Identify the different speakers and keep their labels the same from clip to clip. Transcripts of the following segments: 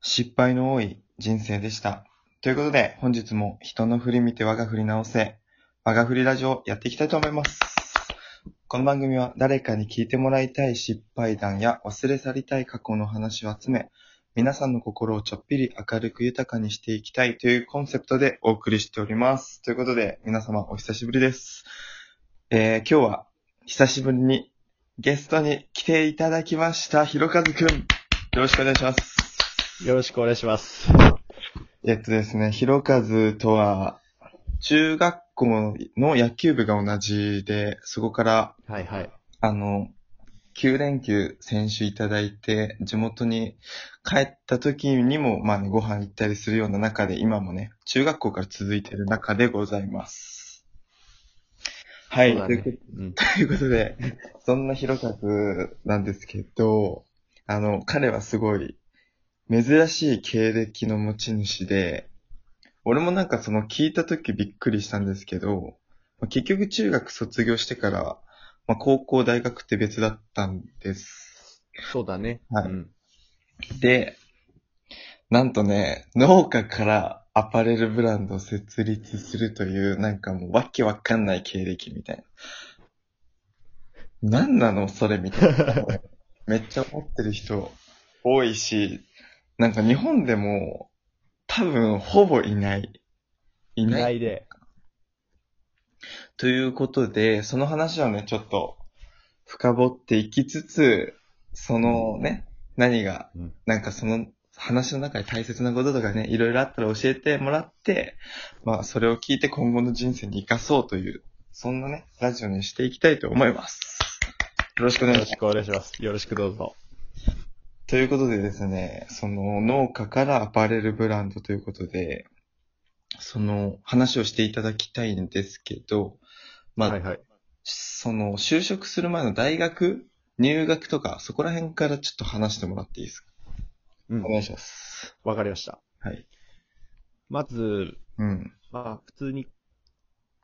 Speaker 1: 失敗の多い人生でした。ということで、本日も人の振り見て我が振り直せ、我が振りラジオやっていきたいと思います。この番組は誰かに聞いてもらいたい失敗談や忘れ去りたい過去の話を集め、皆さんの心をちょっぴり明るく豊かにしていきたいというコンセプトでお送りしております。ということで、皆様お久しぶりです。えー、今日は久しぶりにゲストに来ていただきました、ひろかずくん。よろしくお願いします。
Speaker 2: よろしくお願いします。
Speaker 1: えっとですね、ひろかずとは、中学校の野球部が同じで、そこから、
Speaker 2: はいはい。
Speaker 1: あの、9連休選手いただいて、地元に帰った時にも、まあね、ご飯行ったりするような中で、今もね、中学校から続いてる中でございます。はい、
Speaker 2: そうだ
Speaker 1: とい
Speaker 2: ね
Speaker 1: うことで
Speaker 2: うん。
Speaker 1: ということで、そんな広和なんですけど、あの、彼はすごい珍しい経歴の持ち主で、俺もなんかその聞いた時びっくりしたんですけど、まあ結局中学卒業してから、まあ、高校大学って別だったんです。
Speaker 2: そうだね。
Speaker 1: はい
Speaker 2: うん。
Speaker 1: で、なんとね、農家からアパレルブランドを設立するという、なんかもうわけわかんない経歴みたいな。なんなのそれみたいな。めっちゃ思ってる人多いし、なんか日本でも多分ほぼいない。いない
Speaker 2: ないで。
Speaker 1: ということで、その話をね、ちょっと深掘っていきつつ、そのね、何が
Speaker 2: うん、
Speaker 1: なんかその話の中で大切なこととかね、いろいろあったら教えてもらって、まあそれを聞いて今後の人生に生かそうという、そんなね、ラジオにしていきたいと思います。よろしくお願
Speaker 2: よ
Speaker 1: いします
Speaker 2: ろし。くお願いします。よろしくどうぞ。
Speaker 1: ということでですね、その農家からアパレルブランドということで、その話をしていただきたいんですけど、まあ、
Speaker 2: はいはい。
Speaker 1: その、就職する前の大学、入学とか、そこら辺からちょっと話してもらっていいですか
Speaker 2: うん
Speaker 1: お。願いします。
Speaker 2: わかりました。
Speaker 1: はい。
Speaker 2: まず、
Speaker 1: うん。
Speaker 2: まあ、普通に、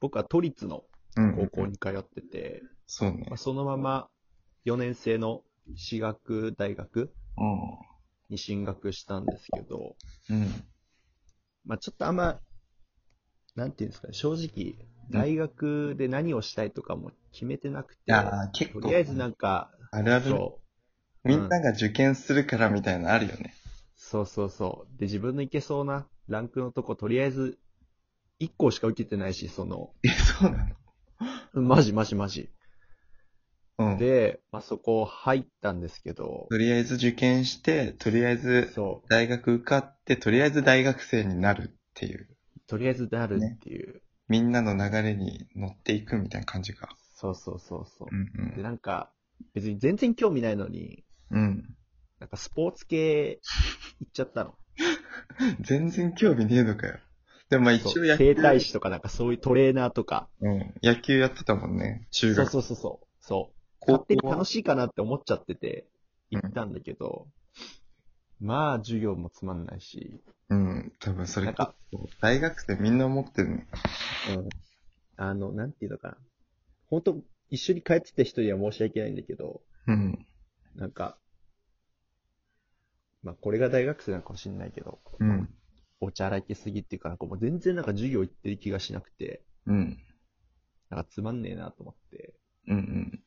Speaker 2: 僕は都立の
Speaker 1: うん。
Speaker 2: 高校に通ってて、
Speaker 1: そうね
Speaker 2: まあ、。そのまま4年生の私学大学
Speaker 1: う
Speaker 2: に進学したんですけど、
Speaker 1: ん。うん。
Speaker 2: まあ、ちょっとあんま、なんていうんですかね、正直、大学で何をしたいとかも決めてなく
Speaker 1: い
Speaker 2: て、
Speaker 1: やー結
Speaker 2: と
Speaker 1: 構、
Speaker 2: りあえずなんか、
Speaker 1: あるある。
Speaker 2: そう、
Speaker 1: みんなが受験するからみたいなのあるよね。
Speaker 2: そうそうそう。で、自分の行けそうなランクのとこ、とりあえず、1校しか受けてないし、その、
Speaker 1: え、 そうな
Speaker 2: うんマジマジマジ。
Speaker 1: のうん。
Speaker 2: で、まあ、そこ入ったんですけど、
Speaker 1: とりあえず受験して、とりあえず
Speaker 2: そ
Speaker 1: 大学受かって、とりあえず大学生になるっていう、
Speaker 2: う、とりあえずなるっていう、
Speaker 1: みんなの流れに乗っていくみたいな感じか。
Speaker 2: そうそうそうそうう。で、
Speaker 1: ん
Speaker 2: なんか、別に全然興味ないのに、
Speaker 1: うん。
Speaker 2: なんかスポーツ系行っちゃったの。
Speaker 1: うん。全然興味ねえのかよ。でもまあ一
Speaker 2: そ
Speaker 1: 応
Speaker 2: う
Speaker 1: やっ
Speaker 2: 整体師とかなんかそういうトレーナーとか。
Speaker 1: うん。野球やってたもんね。
Speaker 2: そ
Speaker 1: 中
Speaker 2: う
Speaker 1: 学。
Speaker 2: そうそうそう。そう。
Speaker 1: 高
Speaker 2: 勝
Speaker 1: 校
Speaker 2: 手に楽しいかなって思っちゃってて、行ったんだけど、まあ、授業もつまんないし、
Speaker 1: うん。多分それ
Speaker 2: なんか、
Speaker 1: 大学生みんな思ってるね。
Speaker 2: うん。あの、なんていうのかな。本当一緒に帰ってた人には申し訳ないんだけど、
Speaker 1: うん。
Speaker 2: なんか、まあ、これが大学生なのかもしれないけど、
Speaker 1: うん。
Speaker 2: おちゃらけすぎっていうか、なんかもう全然なんか授業行ってる気がしなくて、
Speaker 1: うん。
Speaker 2: なんかつまんねえなと思って。
Speaker 1: うんうん。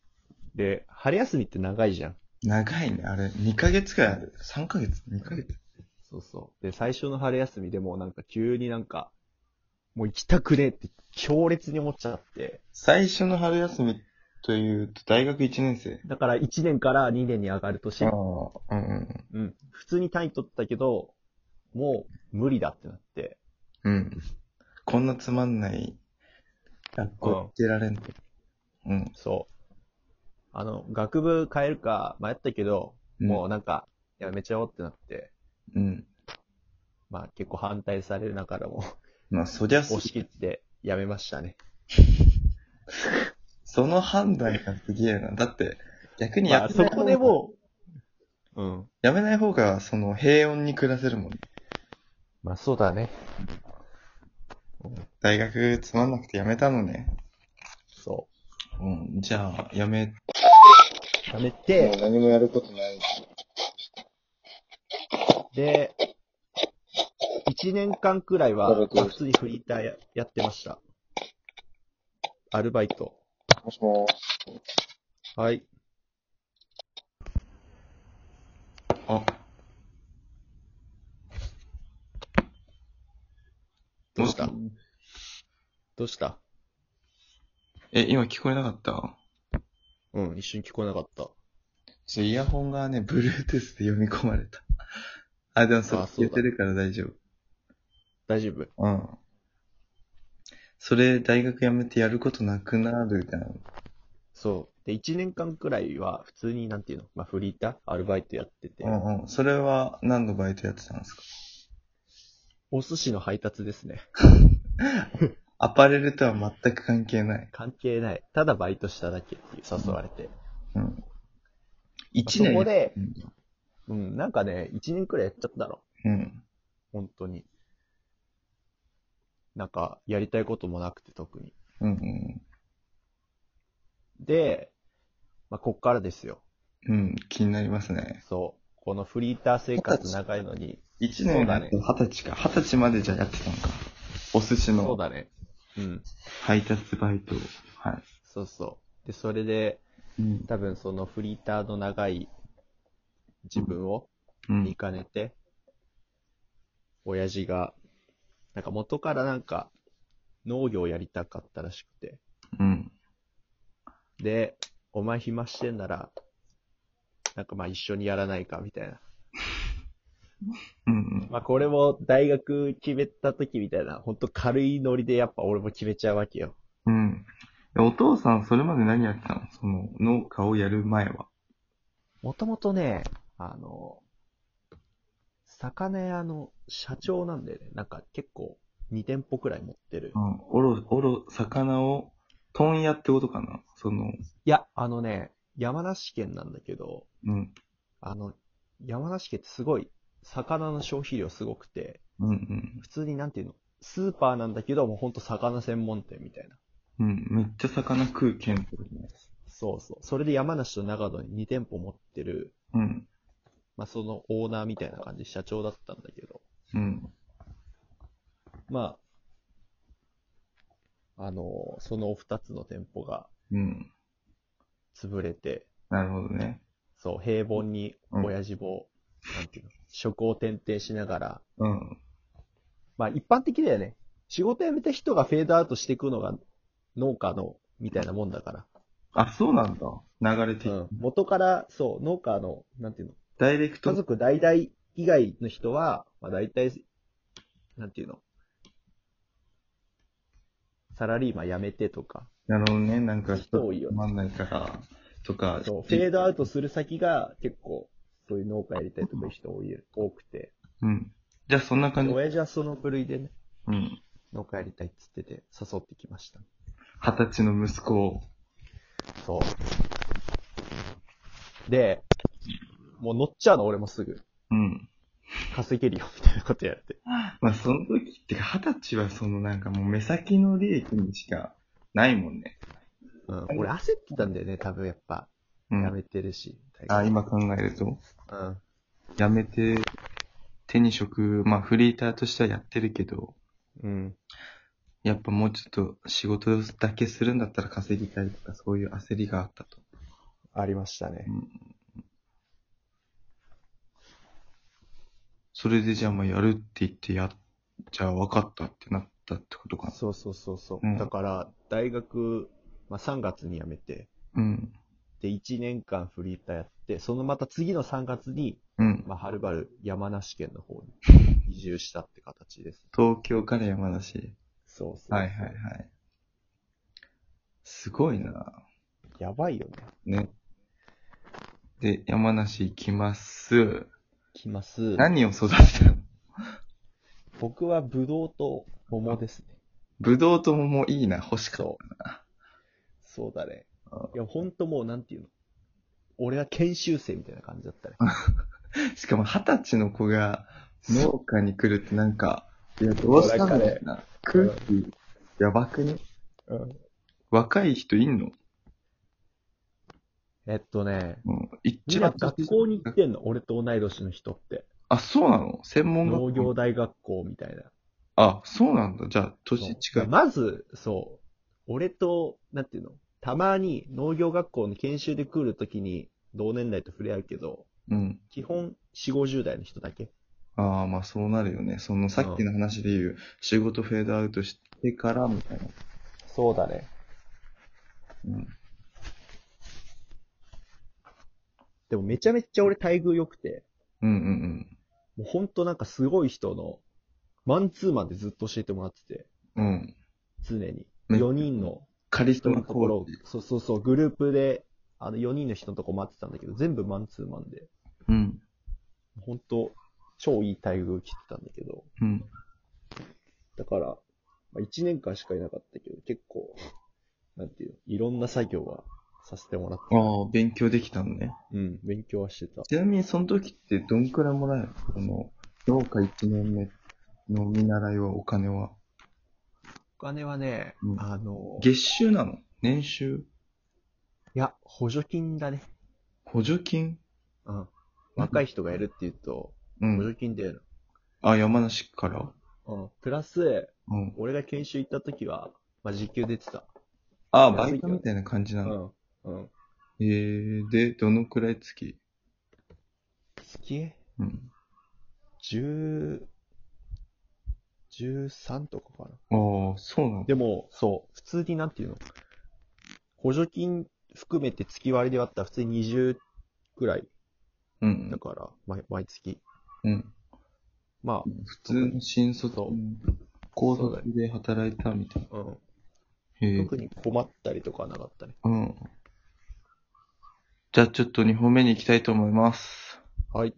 Speaker 2: で、春休みって長いじゃん。
Speaker 1: 長いね。あれ、2ヶ月くらいある。3ヶ月 ?2 ヶ月
Speaker 2: そうそう。で、最初の春休みでもうなんか急になんか、もう行きたくねえって強烈に思っちゃって、
Speaker 1: 最初の春休みというと、大学1年生。
Speaker 2: だから1年から2年に上がる年
Speaker 1: ああ。うんうん
Speaker 2: うん。普通に単位取ったけど、もう無理だってなって。
Speaker 1: うん。うん。こんなつまんない学校行ってられんと。うん。
Speaker 2: そう。あの、学部変えるか迷ったけど、もうなんか、やめちゃおうってなって、
Speaker 1: うん。うん。
Speaker 2: まあ結構反対される中で も、
Speaker 1: まあ、そりゃそ
Speaker 2: 押、し切ってやめましたね。
Speaker 1: その判断がすげえな。だって、逆に
Speaker 2: ま
Speaker 1: や
Speaker 2: あ
Speaker 1: め
Speaker 2: そ
Speaker 1: ない
Speaker 2: こ
Speaker 1: 方
Speaker 2: で
Speaker 1: が、
Speaker 2: もう、うん。
Speaker 1: やめない方が、その、平穏に暮らせるもんね。
Speaker 2: まあそうだね。
Speaker 1: 大学つまんなくて辞めたのね。
Speaker 2: そ
Speaker 1: うん、じゃあ、辞め
Speaker 2: う。やめ
Speaker 1: て
Speaker 2: て、
Speaker 1: 何もやることない。
Speaker 2: で、 1年間くらいは、
Speaker 1: 働く
Speaker 2: まあ普通にフリーターややってました。アルバイト。
Speaker 1: もしもし。
Speaker 2: はい。
Speaker 1: あ。
Speaker 2: どうしたどうした
Speaker 1: え、今聞こえなかった
Speaker 2: うん、一瞬聞こえなかった。
Speaker 1: ちょ、イヤホンがね、Bluetooth で読み込まれた。あ、でもそれ
Speaker 2: あそう
Speaker 1: 聞
Speaker 2: だ
Speaker 1: けてるから大丈
Speaker 2: 大丈夫
Speaker 1: 夫。うん。それ、大学辞めてやることなくなるじゃん。
Speaker 2: そう。で、1年間くらいは、普通になんていうのまあフリーターアルバイトやってて、
Speaker 1: うんうん。それは何のバイトやってたんですか
Speaker 2: お寿司の配達ですね。
Speaker 1: アパレルとは全く関係ない。
Speaker 2: 関係ない。ただバイトしただけっていう、誘われて。
Speaker 1: うん。一年。
Speaker 2: そこで
Speaker 1: うん。
Speaker 2: うん、なんかね、1年くらいやっちゃったの。
Speaker 1: うん。
Speaker 2: 本当に。なんか、やりたいこともなくて、特に。
Speaker 1: うんうん。
Speaker 2: で、まあ、こっからですよ。
Speaker 1: うん、気になりますね。
Speaker 2: そう。このフリーター生活長いのに、
Speaker 1: 一
Speaker 2: そう
Speaker 1: 年
Speaker 2: だ
Speaker 1: だと
Speaker 2: ね
Speaker 1: 二十歳か。二十歳までじゃやってたのか。お寿司
Speaker 2: そう
Speaker 1: の
Speaker 2: だね。うん。
Speaker 1: 配達バイトを。は
Speaker 2: そうそう。で、それで、
Speaker 1: い。うん。
Speaker 2: 多分そのフリーターの長い自分を
Speaker 1: う
Speaker 2: 見
Speaker 1: ん。
Speaker 2: かねて、親父が、なんか元からなんか、農業やりたかったらしくて。
Speaker 1: うん。
Speaker 2: で、お前暇してんなら、なんかまあ一緒にやらないかみたいな。
Speaker 1: うん。
Speaker 2: まあこれも大学決めた時みたいな、ほんと軽いノリでやっぱ俺も決めちゃうわけよ。
Speaker 1: うん。お父さん、それまで何やってたのその、農家をやる前は。
Speaker 2: もともとね、あの、魚屋の社長なんでね、なんか結構2店舗くらい持ってる
Speaker 1: う。ん。おろ、おろ、魚を、問屋ってことかなその、
Speaker 2: いや、あのね、山梨県なんだけど、
Speaker 1: うん。
Speaker 2: あの、山梨県ってすごい、魚の消費量すごくて、
Speaker 1: うんうん。
Speaker 2: 普通になんていうの、スーパーなんだけど、もうほんと魚専門店みたいな。
Speaker 1: うん。めっちゃ魚食う県ってことね。
Speaker 2: そうそう。それで山梨と長野に2店舗持ってる、
Speaker 1: うん。
Speaker 2: まあそのオーナーみたいな感じ、社長だったんだけど、
Speaker 1: うん。
Speaker 2: まあ、あの、その2つの店舗が
Speaker 1: うん。
Speaker 2: 潰れて、
Speaker 1: なるほどね。
Speaker 2: そう、平凡に
Speaker 1: うん
Speaker 2: 親父も、なんていうの、職を転々しながら、
Speaker 1: うん。
Speaker 2: まあ一般的だよね。仕事辞めた人がフェードアウトしていくのが農家のみたいなもんだから。
Speaker 1: あ、そうなんだ。流れて、
Speaker 2: うん、元から、そう、農家の、なんていうの、
Speaker 1: ダイレク
Speaker 2: 家
Speaker 1: ト。
Speaker 2: 族代々以外の人は、まあ大体、なんていうの、サラリーマン辞めてとか、
Speaker 1: なるほどね。なんか、
Speaker 2: 人多いよね
Speaker 1: つまんないから、とか。
Speaker 2: そう、フェードアウトする先が結構、そういう農家やりたいとかいう人多い多くて、
Speaker 1: うん。じゃあ、そんな
Speaker 2: で
Speaker 1: 感じ。
Speaker 2: 親父はその部類でね、
Speaker 1: うん。
Speaker 2: 農家やりたいっつってて、誘ってきました。
Speaker 1: 二十歳の息子を。
Speaker 2: そう。で、もう乗っちゃうの、俺もすぐ。
Speaker 1: うん。
Speaker 2: 稼げるよ、みたいなことやって。
Speaker 1: まあ、その時ってか、二十歳はそのなんかもう目先の利益にしかないもんね。
Speaker 2: うん。俺焦ってたんだよね、多分やっぱ。
Speaker 1: う
Speaker 2: や
Speaker 1: ん。
Speaker 2: めてるし。
Speaker 1: あ、今考えると。
Speaker 2: うん。
Speaker 1: やめて、手に職、まあ、フリーターとしてはやってるけど、
Speaker 2: うん。
Speaker 1: やっぱもうちょっと仕事だけするんだったら稼ぎたいとか、そういう焦りがあったと。
Speaker 2: ありましたね。
Speaker 1: それでじゃあまあやるって言ってやっ、じゃあ分かったってなったってことかな。
Speaker 2: そうそうそうそう。
Speaker 1: うん
Speaker 2: だから、大学、まあ、3月に辞めて、
Speaker 1: うん。
Speaker 2: で、1年間フリーターやって、そのまた次の3月に、
Speaker 1: うん。
Speaker 2: まあ、はるばる山梨県の方に移住したって形です。
Speaker 1: 東京から山梨。
Speaker 2: そうそう。
Speaker 1: はいはいは。い。すごいな
Speaker 2: やばいよね。
Speaker 1: ね。で、山梨行きます。
Speaker 2: 来ます。
Speaker 1: 何を育てたの
Speaker 2: 僕はブドウと桃ですね。
Speaker 1: ぶどうとももいいな、欲しかっ
Speaker 2: そう。そうだね
Speaker 1: あ。
Speaker 2: いや、ほんともう、なんていうの。俺は研修生みたいな感じだったね。
Speaker 1: た。 しかも二十歳の子が農家に来るってなんか、いや、どうした
Speaker 2: なんんか
Speaker 1: だ
Speaker 2: ね
Speaker 1: よな。空気、やばくね若い人いんの
Speaker 2: えっとね、
Speaker 1: うん。
Speaker 2: み
Speaker 1: 一
Speaker 2: んな
Speaker 1: 番
Speaker 2: 学校に行ってんの、俺と同い年の人って。
Speaker 1: あ、そうなの専門学校
Speaker 2: 農業大学校みたいな。
Speaker 1: あ、そうなんだ。じゃあ、年近
Speaker 2: そう
Speaker 1: い。
Speaker 2: まず、そう。俺と、なんていうのたまに農業学校の研修で来るときに同年代と触れ合うけど、
Speaker 1: うん。
Speaker 2: 基本4、50代の人だけ。
Speaker 1: ああ、まあそうなるよね。そのさっきの話で言う、仕事フェードアウトしてからみたいな。
Speaker 2: そうだね。
Speaker 1: うん。
Speaker 2: でもめちゃめちゃ俺待遇良くて、
Speaker 1: うんうん
Speaker 2: もうほんとなんかすごい人の、マンツーマンでずっと教えてもらってて、
Speaker 1: うん。うん。
Speaker 2: 常に。
Speaker 1: め
Speaker 2: 4人の
Speaker 1: カリス
Speaker 2: 人
Speaker 1: マ
Speaker 2: のところ
Speaker 1: コ
Speaker 2: を
Speaker 1: ーチ。、
Speaker 2: そうそうそう、グループで、あの4人の人のとこ待ってたんだけど、全部マンツーマンで、
Speaker 1: うん。
Speaker 2: ほんと、超いい待遇を切ってたんだけど、
Speaker 1: うん。
Speaker 2: だから、まあ、1年間しかいなかったけど、結構、なんていうの、いろんな作業はさせてもらって、
Speaker 1: ああ、勉強できたのね。
Speaker 2: うん、勉強はしてた。
Speaker 1: ちなみにその時ってどんくらいもらえるのこの、農家1年目の見習いはお金は。
Speaker 2: お金はね、
Speaker 1: うん
Speaker 2: あの、い
Speaker 1: 月収なの年収
Speaker 2: や、補助金だね。
Speaker 1: 補助金
Speaker 2: うん。若い人がいるって言うと、
Speaker 1: う
Speaker 2: 補
Speaker 1: ん。
Speaker 2: 助金出る
Speaker 1: あ、山梨から
Speaker 2: の。うん。プラス、
Speaker 1: うん。
Speaker 2: 俺が研修行った時は、まあ、時給出てた。
Speaker 1: ああ、バイトみたいな感じな
Speaker 2: う
Speaker 1: の。
Speaker 2: ん。うん。
Speaker 1: えー、で、どのくらい月
Speaker 2: 月
Speaker 1: うん。
Speaker 2: 十、十三とかかな。
Speaker 1: ああ、そうなの
Speaker 2: でも、そう、普通になんていうの補助金含めて月割りで割ったら普通に20くらい
Speaker 1: うん
Speaker 2: だから、毎毎月。
Speaker 1: うん。うん。
Speaker 2: ま
Speaker 1: 普通の新卒
Speaker 2: そう、
Speaker 1: 高卒で働いたみたいな。
Speaker 2: あ、うん。
Speaker 1: へえ
Speaker 2: 特。に困ったりとかはなかったね。
Speaker 1: うん。じゃあちょっと2本目に行きたいと思います。
Speaker 2: はい。